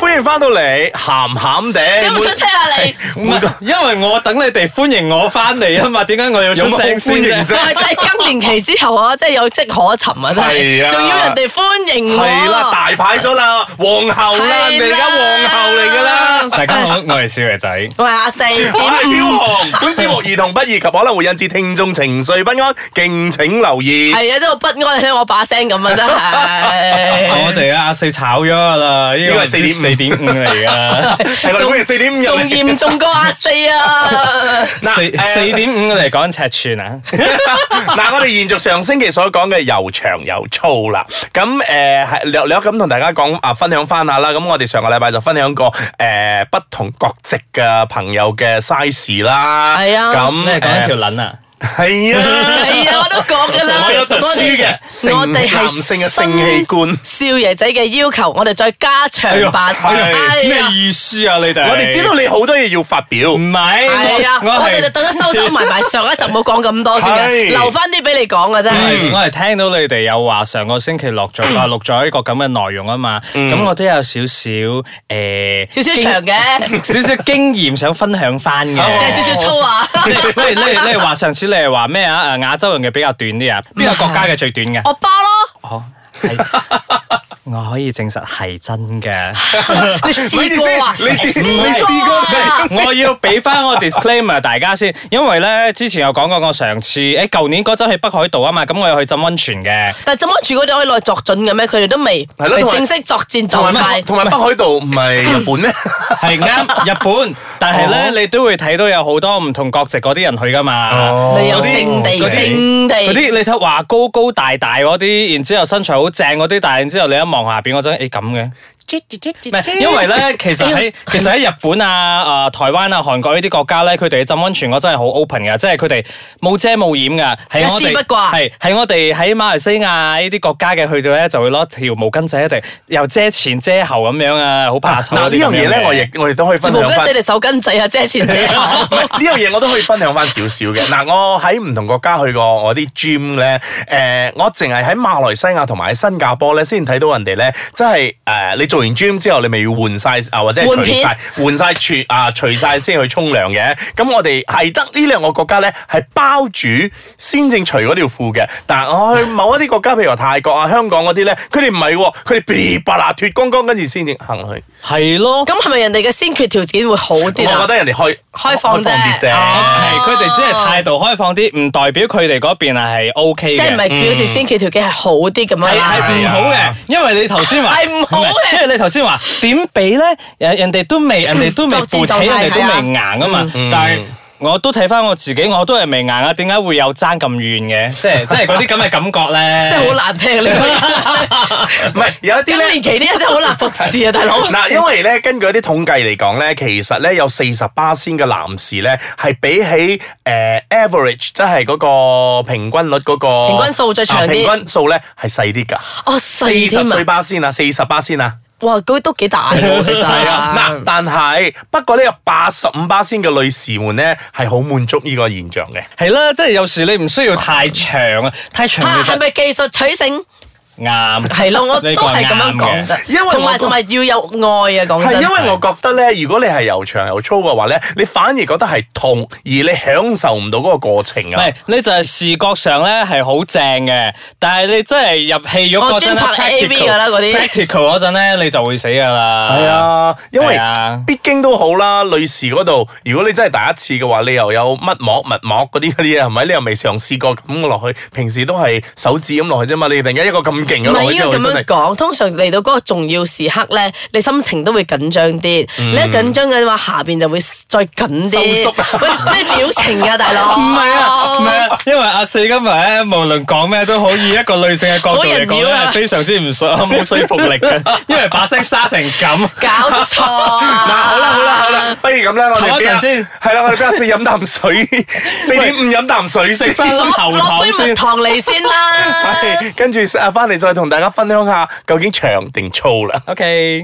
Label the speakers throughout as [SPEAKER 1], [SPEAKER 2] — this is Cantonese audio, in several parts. [SPEAKER 1] 歡迎翻到嚟，鹹鹹地，
[SPEAKER 2] 你有冇出聲啊你？
[SPEAKER 3] 唔係，因為我等你哋歡迎我翻嚟啊嘛，點解我要出聲
[SPEAKER 1] 有冇歡
[SPEAKER 3] 先
[SPEAKER 1] 迎
[SPEAKER 3] 啫
[SPEAKER 1] 啫？
[SPEAKER 2] 我係真係更年期之後啊，真係有跡可尋啊，真
[SPEAKER 1] 係啊
[SPEAKER 2] 係，仲要人哋歡迎我。
[SPEAKER 1] 係啦，大牌咗啦，皇后啦，你
[SPEAKER 2] 係
[SPEAKER 1] 而
[SPEAKER 2] 啦
[SPEAKER 1] 家皇后嚟噶啦。大家好，我係小爺仔。
[SPEAKER 2] 我係阿四點
[SPEAKER 1] 我係
[SPEAKER 2] 五。
[SPEAKER 1] 標紅，本節目兒童不宜及可能會引致聽眾情緒不安，敬請留意。
[SPEAKER 2] 係啊，真係好不安，你聽我把聲咁啊，真係。
[SPEAKER 3] 我哋阿四炒咗噶啦，呢
[SPEAKER 1] 呢個係
[SPEAKER 3] 個係四點 五嚟噶。
[SPEAKER 1] 係我哋歡迎四點五入
[SPEAKER 2] 仲
[SPEAKER 1] 嚟。
[SPEAKER 2] 嚴重過阿四啊！
[SPEAKER 3] 四四點五嚟講尺寸啊，
[SPEAKER 1] 嗱，我哋延續上星期所講嘅又長又粗啦。咁誒係略略咁同大家講啊，分享翻下啦。咁我哋上個禮拜就分享過誒、呃不同國籍嘅朋友嘅 size 啦。
[SPEAKER 2] 係啊
[SPEAKER 3] 你
[SPEAKER 1] 咁
[SPEAKER 3] 係講一條
[SPEAKER 1] 誒
[SPEAKER 3] 撚啊？
[SPEAKER 1] 係啊。
[SPEAKER 2] 係啊，我都講噶啦。
[SPEAKER 1] 我有讀書嘅
[SPEAKER 2] 我哋我哋
[SPEAKER 1] 性男性嘅性器官。
[SPEAKER 2] 少爺仔嘅要求，我哋再加長版。
[SPEAKER 1] 哎呀係
[SPEAKER 2] 哎
[SPEAKER 3] 咩
[SPEAKER 2] 呀
[SPEAKER 3] 意思啊？你哋
[SPEAKER 1] 我哋知道你好多嘢要發表
[SPEAKER 3] 唔。係，
[SPEAKER 2] 係啊，
[SPEAKER 3] 我
[SPEAKER 2] 我
[SPEAKER 3] 係
[SPEAKER 2] 哋就等咗收收埋埋，上一集冇講咁多先嘅，
[SPEAKER 1] 係
[SPEAKER 2] 留翻啲俾你講嘅真係。
[SPEAKER 3] 係我係聽到你哋有話上個星期 落咗啊，錄咗一個咁嘅內容啊嘛，咁我都有少少
[SPEAKER 1] 哦
[SPEAKER 2] 少少長
[SPEAKER 3] 誒
[SPEAKER 2] 嘅，
[SPEAKER 3] 少少經驗想分享翻
[SPEAKER 1] 好
[SPEAKER 2] 定係
[SPEAKER 3] 嘅。
[SPEAKER 2] 少少粗 啊！
[SPEAKER 3] 你你你你係話上次你係話咩啊？誒亞洲人嘅比較短啲啊，邊個國家嘅最短嘅？
[SPEAKER 2] 我 包咯，
[SPEAKER 3] 哦，係我可以證實係真嘅。
[SPEAKER 2] 你
[SPEAKER 1] 咩意
[SPEAKER 2] 試
[SPEAKER 1] 思
[SPEAKER 2] 過啊？
[SPEAKER 1] 你試你
[SPEAKER 2] 試
[SPEAKER 1] 試過
[SPEAKER 2] 啊？
[SPEAKER 3] 我要俾翻我 disclaimer 大家先，因為咧之前有講過我上次誒舊年嗰陣去北海道啊嘛，咁我又去浸温泉嘅。
[SPEAKER 2] 但係浸溫泉嗰啲可以攞嚟作準嘅咩？佢哋都未
[SPEAKER 1] 係咯
[SPEAKER 2] 未
[SPEAKER 1] 同埋
[SPEAKER 2] 正式作戰
[SPEAKER 1] 同
[SPEAKER 2] 狀
[SPEAKER 1] 埋
[SPEAKER 2] 態。
[SPEAKER 1] 同埋北海道唔係日本咩？
[SPEAKER 3] 係啱日本，但係咧你都會睇到有好多唔同國籍嗰啲人去噶嘛。
[SPEAKER 1] 哦
[SPEAKER 2] 你有聖地
[SPEAKER 3] 嗰啲
[SPEAKER 2] 聖地
[SPEAKER 3] 嗰啲你睇話高高大大嗰啲，然之後身材好正嗰啲，但係然之後你一望下邊嗰陣，誒咁嘅。唔係，因為咧，其 實喺其實喺日本啊、誒、台灣啊、韓國呢啲國家咧，佢哋浸温泉我真係好 open 嘅，即係佢哋冇遮冇掩嘅，係我
[SPEAKER 2] 一絲
[SPEAKER 3] 哋
[SPEAKER 2] 不掛
[SPEAKER 3] 係係我哋喺馬來西亞呢啲國家嘅去到咧，就會攞條毛巾仔一定又遮前遮後咁樣啊，好怕醜
[SPEAKER 1] 嗱呢樣嘢咧，我亦我哋都可以
[SPEAKER 2] 毛
[SPEAKER 1] 分享
[SPEAKER 2] 巾
[SPEAKER 1] 翻
[SPEAKER 2] 仔。定手巾仔啊，遮前遮 後。
[SPEAKER 1] 唔係呢樣嘢我都可以分享翻少少嘅。嗱，我喺唔同國家去過我啲 gym 咧，誒、我淨係喺馬來西亞同埋喺新加坡咧，先睇到人哋咧，真係誒、你做完 gym 之後，你咪要換晒啊，或者係
[SPEAKER 2] 換
[SPEAKER 1] 除
[SPEAKER 2] 片
[SPEAKER 1] 晒換晒除啊，除晒先去沖涼嘅。咁我哋係得呢兩個國家咧，係包住先正除嗰條褲嘅。但係我去某一啲國家，譬如話泰國啊、香港嗰啲咧，佢哋唔係喎，佢哋噼里啪啦脱光光，跟住先至行去。
[SPEAKER 3] 係咯。
[SPEAKER 2] 咁係咪人哋嘅先決條件會好
[SPEAKER 1] 我
[SPEAKER 2] 啲
[SPEAKER 1] 覺
[SPEAKER 2] 啊？
[SPEAKER 1] 得人哋開
[SPEAKER 2] 開放啫
[SPEAKER 1] 啲啫。
[SPEAKER 3] 係佢哋只係態度開放啲，唔代表佢哋嗰邊係 O K
[SPEAKER 2] 即
[SPEAKER 3] 嘅。嗯
[SPEAKER 2] 係唔
[SPEAKER 1] 嗯
[SPEAKER 2] 係表示先決條件係好啲咁樣
[SPEAKER 3] 係
[SPEAKER 2] 啦？
[SPEAKER 3] 係唔好嘅，因為你頭先話
[SPEAKER 2] 係唔好嘅
[SPEAKER 3] 係因為你頭先話點俾咧？人人哋都 未，人哋都未
[SPEAKER 2] 作戰
[SPEAKER 3] 勃起，
[SPEAKER 2] 狀態
[SPEAKER 3] 人哋都
[SPEAKER 2] 係啊
[SPEAKER 3] 未硬啊嘛。但係我都睇翻我自己，我都係未硬啊，點解會有爭咁遠嘅？即係即係嗰啲咁嘅感 覺咧。
[SPEAKER 2] 真係好難聽呢個。
[SPEAKER 1] 唔係有一 啲
[SPEAKER 2] 今
[SPEAKER 1] 咧。
[SPEAKER 2] 年期呢真係好難服侍啊，大佬。
[SPEAKER 1] 嗱，因為咧，根據啲統計嚟講咧，其實咧有四十巴仙嘅男士咧，係比起誒、呃 average，即係嗰個平均率嗰、個
[SPEAKER 2] 平均數最長啲
[SPEAKER 1] 啊平均數咧係細啲㗎，
[SPEAKER 2] 哦，
[SPEAKER 1] 四
[SPEAKER 2] 細
[SPEAKER 1] 十
[SPEAKER 2] 添
[SPEAKER 1] 歲
[SPEAKER 2] 啊！
[SPEAKER 1] 巴仙啊，四十巴仙啊，
[SPEAKER 2] 哇，佢都幾大喎，其實。
[SPEAKER 1] 係啊，嗱，但係不過呢，有八十五巴仙嘅女士們咧係好滿足呢個現象嘅。
[SPEAKER 3] 係啦，即係有時你唔需要太長啊，太長
[SPEAKER 2] 嚇
[SPEAKER 3] 其
[SPEAKER 2] 係
[SPEAKER 3] 實
[SPEAKER 2] 咪技術取勝？
[SPEAKER 3] 啱。
[SPEAKER 2] 係咯，我都
[SPEAKER 3] 呢個
[SPEAKER 2] 係咁樣講
[SPEAKER 3] 啱嘅
[SPEAKER 2] 嘅。
[SPEAKER 1] 因為我
[SPEAKER 2] 同埋
[SPEAKER 1] 覺
[SPEAKER 2] 同埋要有愛啊，講
[SPEAKER 1] 係
[SPEAKER 2] 真
[SPEAKER 1] 因。為我覺得咧，如果你係又長又粗嘅話咧，你反而覺得係痛，而你享受唔到嗰個過程
[SPEAKER 3] 唔
[SPEAKER 1] 啊
[SPEAKER 3] 係。，你就係視覺上咧係好正嘅，但係你真係入戲肉嗰
[SPEAKER 2] 我
[SPEAKER 3] 陣
[SPEAKER 2] 哦專
[SPEAKER 3] 呢
[SPEAKER 2] 拍 AV 㗎啦嗰啲
[SPEAKER 3] practical 嗰陣咧，你就會死㗎啦。
[SPEAKER 1] 係啊，因為
[SPEAKER 3] 係啊
[SPEAKER 1] 必經都好啦，女士嗰度，如果你真係第一次嘅話，你又有乜膜、密膜嗰啲嗰啲嘢，係咪？你又未嘗試過咁落去，平時都係手指咁落去啫嘛。你突然間一個咁勁嘅
[SPEAKER 2] 唔係
[SPEAKER 1] 落去
[SPEAKER 2] 應
[SPEAKER 1] 之後，
[SPEAKER 2] 該咁
[SPEAKER 1] 真
[SPEAKER 2] 樣
[SPEAKER 1] 係
[SPEAKER 2] 講，通常嚟到嗰個重要時刻咧，你心情都會緊張啲。
[SPEAKER 3] 嗯
[SPEAKER 2] 你一緊張嘅話，下邊就會再緊啲。
[SPEAKER 1] 收縮
[SPEAKER 2] 喂，咩表情啊，大佬？
[SPEAKER 3] 唔係
[SPEAKER 2] 哦
[SPEAKER 3] 啊，唔係啊，因為阿四今日咧，無論講咩都好，以一個女性嘅角度嚟講
[SPEAKER 2] 好人妖
[SPEAKER 3] 咧，
[SPEAKER 2] 啊
[SPEAKER 3] 係非常之唔信冇說服 力嘅，因為把聲沙成咁。
[SPEAKER 2] 搞錯啊！
[SPEAKER 1] 嗱，好啦好啦好啦，不如咁啦，我
[SPEAKER 3] 唞
[SPEAKER 1] 哋
[SPEAKER 3] 一
[SPEAKER 1] 俾阿
[SPEAKER 3] 陣先
[SPEAKER 1] 係啦，我哋俾阿四飲 啖水，四點五飲啖水先
[SPEAKER 3] 食。翻粒喉
[SPEAKER 2] 攞
[SPEAKER 3] 糖
[SPEAKER 2] 杯蜜
[SPEAKER 3] 先。
[SPEAKER 2] 糖嚟先啦。
[SPEAKER 1] 係跟住啊，翻嚟再同大家分享下究竟長定粗啦。
[SPEAKER 3] OK。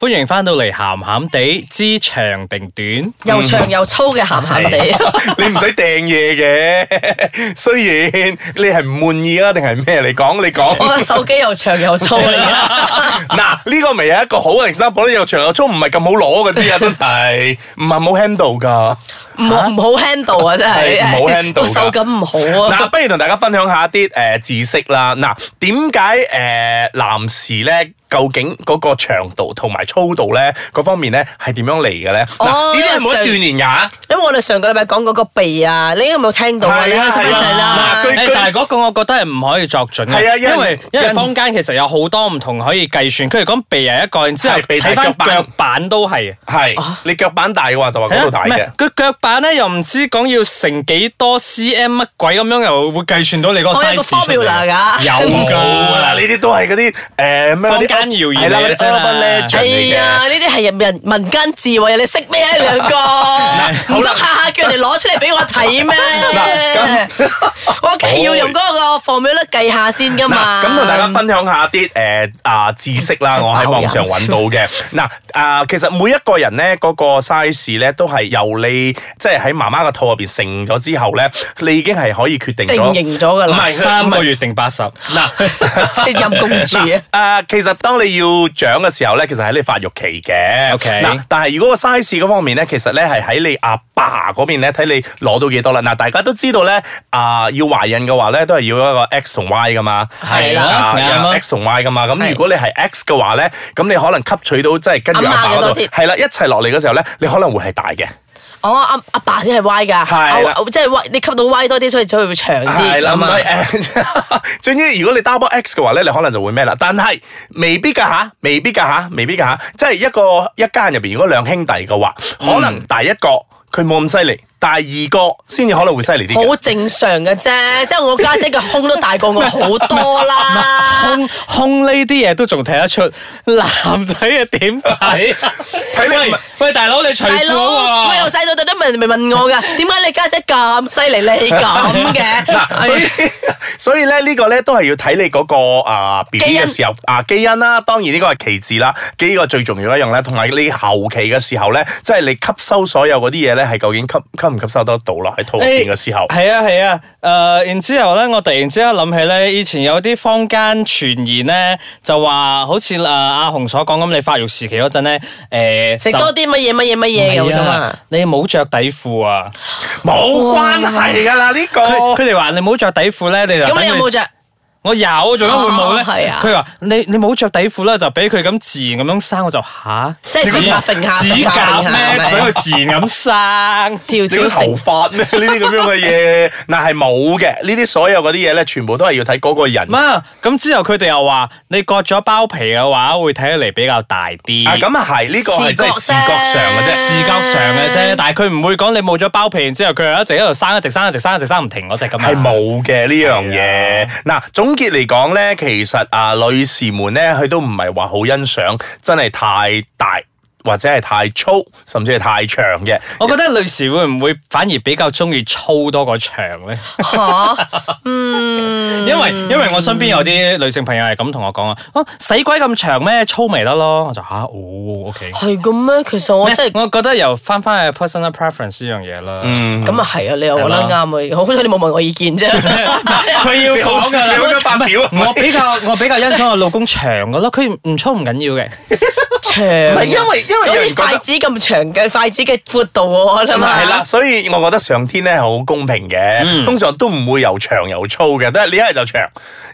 [SPEAKER 3] 歡迎翻到嚟鹹鹹地之長定短。
[SPEAKER 2] 又長又粗嘅鹹鹹地。
[SPEAKER 1] 你唔使訂嘢嘅，雖然你係唔滿意啊，定係咩？你講，你講。
[SPEAKER 2] 我嘅手機又長又粗嚟
[SPEAKER 1] 嗱，呢個咪係一個好嘅 example 咧，又長又粗，唔係咁好攞嗰啲啊，真係唔係冇 handle 噶。
[SPEAKER 2] 唔好唔好 handle 啊，真係
[SPEAKER 1] 係唔好 handle 㗎
[SPEAKER 2] 個手感唔好
[SPEAKER 1] 嗱，
[SPEAKER 2] 啊。
[SPEAKER 1] 不如同大家分享下一啲誒、呃知識啦。嗱，點解誒男士咧？究竟嗰個長度同埋粗度咧，嗰方面咧係點樣嚟嘅咧？嗱、
[SPEAKER 2] 哦
[SPEAKER 1] 呢啲係冇得
[SPEAKER 2] 因
[SPEAKER 1] 鍛
[SPEAKER 2] 為
[SPEAKER 1] 鍊㗎。
[SPEAKER 2] 因為我哋上個禮拜講嗰個鼻啊，你有冇聽到啊？你
[SPEAKER 1] 係啊
[SPEAKER 2] 睇睇
[SPEAKER 1] 係啊
[SPEAKER 2] 啦
[SPEAKER 1] 嗱。佢
[SPEAKER 3] 誒但係嗰個我覺得係唔可以作準嘅，
[SPEAKER 1] 係啊因為
[SPEAKER 3] 因為因為
[SPEAKER 1] 因
[SPEAKER 3] 坊間其實有好多唔同可以計算，佢哋講鼻係一個，然之後
[SPEAKER 1] 係鼻大
[SPEAKER 3] 睇
[SPEAKER 1] 腳
[SPEAKER 3] 翻
[SPEAKER 1] 板
[SPEAKER 3] 腳板都係。
[SPEAKER 1] 係、你腳板大嘅話就話嗰 度大
[SPEAKER 3] 係
[SPEAKER 1] 嘅
[SPEAKER 3] 啊。唔係佢腳板咧又唔知講要成幾多 cm 乜鬼咁樣，又會計算到你嗰個
[SPEAKER 2] 我有
[SPEAKER 3] size
[SPEAKER 2] 個
[SPEAKER 3] 出嚟
[SPEAKER 2] formula 㗎
[SPEAKER 3] 有
[SPEAKER 1] 冇
[SPEAKER 3] 㗎
[SPEAKER 1] 啦，呢啲都係嗰啲誒咩嗰啲
[SPEAKER 3] 坊間謠言
[SPEAKER 1] 係啦，嗰
[SPEAKER 3] 嚟
[SPEAKER 1] 啲
[SPEAKER 3] 嘅真
[SPEAKER 1] urban
[SPEAKER 3] 係
[SPEAKER 1] legend
[SPEAKER 2] 哎
[SPEAKER 1] 嚟嘅。
[SPEAKER 2] 呀，呢啲係人民民間智慧啊！你識咩啊？兩 個唔通下下叫人哋攞出嚟俾我睇咩？ 我梗係要用嗰個 formula 計下先噶嘛。
[SPEAKER 1] 嗱，咁同大家分享下啲誒啊知識 啦，我喺網上揾到嘅。嗱啊，其實每一個人咧嗰個 size 咧都係由你即係喺媽媽個肚入邊成咗之後咧，你已經係可以決定咗
[SPEAKER 2] 定型咗噶
[SPEAKER 1] 唔
[SPEAKER 2] 啦
[SPEAKER 1] 係，
[SPEAKER 3] 三個月定八十嗱。
[SPEAKER 2] 即係任公主啊！
[SPEAKER 1] 啊，其實當你要長嘅時候咧，其實喺你發育期嘅。
[SPEAKER 3] OK
[SPEAKER 1] 嗱，但係如果個 size 嗰方面咧，其實咧係喺你阿爸嗰邊咧，睇你攞到幾多啦。嗱，大家都知道咧，啊，要懷孕嘅話咧，都係要一個 X 同 Y 噶嘛，
[SPEAKER 2] 係啦
[SPEAKER 1] 啊
[SPEAKER 3] 啱啊
[SPEAKER 1] 有 X 同 Y 噶嘛。咁
[SPEAKER 2] 係
[SPEAKER 1] 如果你係 X 嘅話咧，咁你可能吸取到即係跟住阿
[SPEAKER 2] 阿
[SPEAKER 1] 爸
[SPEAKER 2] 嫲嘅
[SPEAKER 1] 嗰
[SPEAKER 2] 多
[SPEAKER 1] 度，
[SPEAKER 2] 啲
[SPEAKER 1] 係啦，一齊落嚟嘅時候咧，你可能會係大嘅。
[SPEAKER 2] 哦，阿阿爸先係 Y 㗎，
[SPEAKER 1] 係啦
[SPEAKER 2] 啊即係 Y，你吸到 Y 多啲，所以所以會長
[SPEAKER 1] 係
[SPEAKER 2] 啲
[SPEAKER 1] 啦，
[SPEAKER 2] 咁
[SPEAKER 1] 唔
[SPEAKER 2] 啊
[SPEAKER 1] 係。 誒，總之如果你 double X 嘅話咧，你可能就會咩啦？但係未必㗎吓，未必㗎吓，未必㗎吓，即係一個一家人入邊，如果兩兄弟嘅話，可能
[SPEAKER 2] 嗯
[SPEAKER 1] 第一個佢冇咁犀利，第二個先至可能會犀利啲嘅。
[SPEAKER 2] 好正常嘅啫，即係我家姐嘅胸都大過我好 多啦。
[SPEAKER 3] 胸胸呢啲嘢都仲睇得出， 男仔嘅點睇？
[SPEAKER 1] 睇你
[SPEAKER 3] 喂喂，大佬你除
[SPEAKER 2] 大
[SPEAKER 3] 褲
[SPEAKER 2] 佬，我由
[SPEAKER 3] 喎，
[SPEAKER 2] 細到大都問咪問我㗎，點解你家姐咁犀利，你咁嘅？
[SPEAKER 1] 嗱，所以 所以咧呢個咧都係要睇你嗰個啊 B
[SPEAKER 2] 基
[SPEAKER 1] B
[SPEAKER 2] 因
[SPEAKER 1] 嘅時候啊基因啦，當然呢個係其次啦，呢個最重要一樣咧，同埋你後期嘅時候咧，即係你吸收所有嗰啲嘢咧，係究竟吸吸唔吸收得到啦？喺肚入邊嘅時候。
[SPEAKER 3] 係啊係啊，誒、然之後咧，我突然之間諗起咧，以前有啲坊間傳言咧，就話好似誒阿紅所講咁，你發育時期嗰陣咧，誒、
[SPEAKER 2] 食
[SPEAKER 3] 就
[SPEAKER 2] 多啲乜嘢乜嘢乜嘢咁
[SPEAKER 3] 係
[SPEAKER 2] 㗎
[SPEAKER 3] 啊
[SPEAKER 2] 嘛。，
[SPEAKER 3] 你冇着底褲啊！
[SPEAKER 1] 冇關係㗎啦，呢個
[SPEAKER 3] 佢佢哋話你冇着底褲咧，你就
[SPEAKER 2] 咁你有
[SPEAKER 3] 等佢
[SPEAKER 2] 冇着？
[SPEAKER 3] 我有，做乜會冇咧？
[SPEAKER 2] 哦係啊
[SPEAKER 3] 佢話你你冇着底褲啦，就俾佢咁自然咁樣生，我就吓，
[SPEAKER 2] 即係揈下揈下
[SPEAKER 3] 指
[SPEAKER 2] 揈下揈
[SPEAKER 3] 甲
[SPEAKER 2] 下係咪
[SPEAKER 3] 咩？俾佢自然咁生。
[SPEAKER 2] 條
[SPEAKER 1] 你個
[SPEAKER 2] 條
[SPEAKER 1] 頭
[SPEAKER 2] 揈。
[SPEAKER 1] 髮咩？呢啲咁樣嘅嘢，嗱係冇嘅。呢啲所有嗰啲嘢咧，全部都係要睇嗰個人。
[SPEAKER 3] 嘛，啊咁之後佢哋又話你割咗包皮嘅話，會睇起嚟比較大啲。
[SPEAKER 1] 啊，咁啊係，呢個係真係視覺上嘅啫。
[SPEAKER 3] 視覺上嘅啫，但係佢唔會講你冇咗包皮，然之後佢又一直喺度生，一直生，一直生，一直生唔停嗰只咁啊。
[SPEAKER 1] 係冇嘅呢樣嘢。嗱，總結嚟講咧，其實啊，女士們咧，佢都唔係話好欣賞，真係太大或者係太粗，甚至係太長嘅。
[SPEAKER 3] 我覺得女士會唔會反而比較中意粗多過長咧？
[SPEAKER 2] 嚇！
[SPEAKER 1] 嗯
[SPEAKER 3] 因為因為我身邊有啲女性朋友係咁同我講啊，啊使鬼咁長咩，粗咪得咯，我就吓，哦，OK。
[SPEAKER 2] 係咁咩？其實我真係
[SPEAKER 3] 我覺得又翻翻去 personal preference 呢樣嘢啦。
[SPEAKER 1] 嗯，
[SPEAKER 2] 咁啊係啊，你又講得啱啊！好彩你冇問我意見啫。
[SPEAKER 3] 佢要講㗎
[SPEAKER 1] 你好
[SPEAKER 3] 啦
[SPEAKER 1] 想發表啊
[SPEAKER 3] 我比較我比較欣賞我老公長嘅咯，佢唔粗唔緊要嘅。
[SPEAKER 2] 長。
[SPEAKER 1] 唔係因為因為有
[SPEAKER 2] 好
[SPEAKER 1] 人
[SPEAKER 2] 似
[SPEAKER 1] 覺得
[SPEAKER 2] 筷。子咁長嘅筷子嘅闊度喎，係嘛？
[SPEAKER 1] 係啦，，所以我覺得上天咧係好公平嘅，
[SPEAKER 2] 嗯
[SPEAKER 1] 通常都唔會又長又粗嘅，都係你一係就長，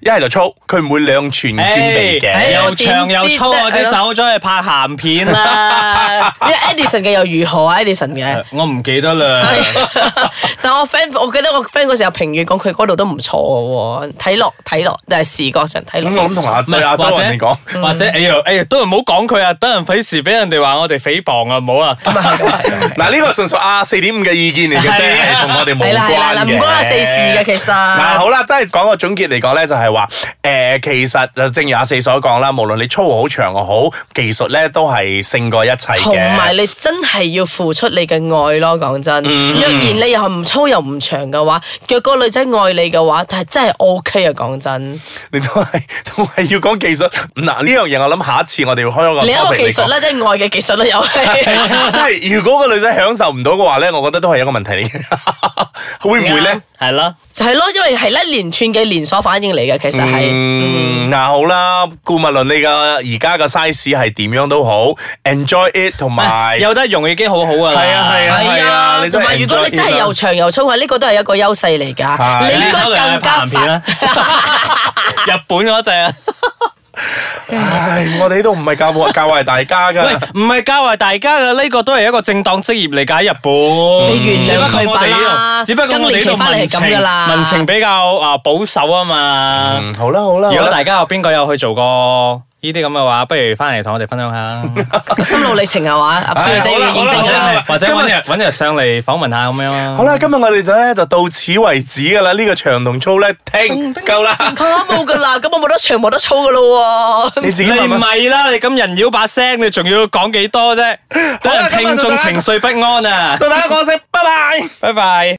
[SPEAKER 1] 一係就粗，佢唔會兩全兼備嘅。
[SPEAKER 3] 誒
[SPEAKER 2] 哎
[SPEAKER 3] 又長又粗，我
[SPEAKER 2] 係
[SPEAKER 3] 啲
[SPEAKER 2] 咯
[SPEAKER 3] 走咗去拍鹹片啦。
[SPEAKER 2] 你 Edison 嘅又如何啊？Edison 嘅。
[SPEAKER 3] 我唔記 得啦。
[SPEAKER 2] 係 但我 friend，我記得我 friend 嗰時候評語講佢嗰度都唔錯嘅喎，睇落睇落，但係視覺上睇落。
[SPEAKER 1] 咁我諗同阿
[SPEAKER 3] 唔
[SPEAKER 1] 對阿
[SPEAKER 3] 係，
[SPEAKER 1] 周
[SPEAKER 3] 或
[SPEAKER 1] 人嚟 講，
[SPEAKER 3] 者或者，哎呀，哎呀，都唔好講佢啊，等人費事俾人哋話我哋誹謗啊，唔好啊。
[SPEAKER 1] 嗱呢個純屬阿四點五嘅意見嚟嘅啫，
[SPEAKER 3] 係啊
[SPEAKER 1] 係同我哋冇
[SPEAKER 2] 係啦係啦
[SPEAKER 1] 關
[SPEAKER 2] 嗱
[SPEAKER 1] 嘅。
[SPEAKER 2] 唔關阿四事嘅其實
[SPEAKER 1] 嗱好啦，真係講個總結嚟講咧，就係話誒，其實就正如阿四所講啦，無論你粗又好長又好，技術咧都係勝過一切嘅。嗯
[SPEAKER 2] 同埋你真係要付出你嘅愛咯，講真。若然你又唔粗又唔長嘅話，若個女仔愛你嘅話，但係真係 O K 啊！講真，
[SPEAKER 1] 你都係 都係要講技術。嗱呢樣嘢我諗下一次我哋要開一個
[SPEAKER 2] 你一個
[SPEAKER 1] topic
[SPEAKER 2] 技
[SPEAKER 1] 嚟
[SPEAKER 2] 術
[SPEAKER 1] 講。
[SPEAKER 2] 啦，即係愛嘅技術啦，又係。
[SPEAKER 1] 即係如果個女仔享受唔到嘅話咧，我覺得都係一個問題嚟嘅。 會唔會咧？
[SPEAKER 3] 系啦，
[SPEAKER 2] 就係咯，因為係一連串嘅連鎖反應嚟嘅，其實係。
[SPEAKER 1] 嗯，嗱好啦，顧物論你嘅而家嘅 size 係點樣都好，enjoy it 同埋
[SPEAKER 3] 有得用已經好好噶啦。
[SPEAKER 1] 係啊係啊
[SPEAKER 2] 係啊，
[SPEAKER 1] 你
[SPEAKER 2] 同
[SPEAKER 1] 真係
[SPEAKER 2] 埋如果
[SPEAKER 1] enjoy
[SPEAKER 2] 你真係
[SPEAKER 1] it 啊
[SPEAKER 2] 又長又粗嘅，呢個都係一個優勢嚟㗎。
[SPEAKER 1] 係
[SPEAKER 2] 你應該更加
[SPEAKER 3] 你考慮下拍鹹片
[SPEAKER 2] 發
[SPEAKER 3] 啦。 日本嗰只啊，
[SPEAKER 1] 唉，我哋呢度唔係教壞教壞大家噶。
[SPEAKER 3] 唔係教壞大家嘅，呢個都係一個正當職業嚟㗎喺日本。
[SPEAKER 2] 你原
[SPEAKER 3] 只
[SPEAKER 2] 諒
[SPEAKER 3] 不過
[SPEAKER 2] 佢
[SPEAKER 3] 我
[SPEAKER 2] 吧
[SPEAKER 3] 哋
[SPEAKER 2] 啦
[SPEAKER 3] 呢度，只不過我哋呢度
[SPEAKER 2] 更年期
[SPEAKER 3] 民情
[SPEAKER 2] 返嚟係咁㗎啦
[SPEAKER 3] 民情比較啊保守啊嘛。
[SPEAKER 1] 嗯，好啦好啦，
[SPEAKER 3] 如
[SPEAKER 1] 好
[SPEAKER 3] 果
[SPEAKER 1] 啦
[SPEAKER 3] 大家有邊個有去做過呢啲咁嘅話，不如翻嚟同我哋分享下。
[SPEAKER 2] 心路歷程係嘛？阿小女仔要
[SPEAKER 1] 好
[SPEAKER 2] 認
[SPEAKER 1] 啦
[SPEAKER 2] 證
[SPEAKER 1] 好啦
[SPEAKER 2] 咗。
[SPEAKER 3] 或者揾日揾日上嚟訪問下咁樣啊。
[SPEAKER 1] 好啦，今日我哋就咧就到此為止噶啦，呢個長同粗咧聽夠啦，
[SPEAKER 2] 嚇啊冇㗎啦，咁我冇得長冇得粗㗎咯喎。
[SPEAKER 1] 你自
[SPEAKER 3] 你
[SPEAKER 1] 己慢慢。
[SPEAKER 3] 咪啦，你咁人妖把聲，你仲要講幾多啫？等人聽眾情緒不安啊！
[SPEAKER 1] 到大家講聲，拜拜。
[SPEAKER 3] 拜拜。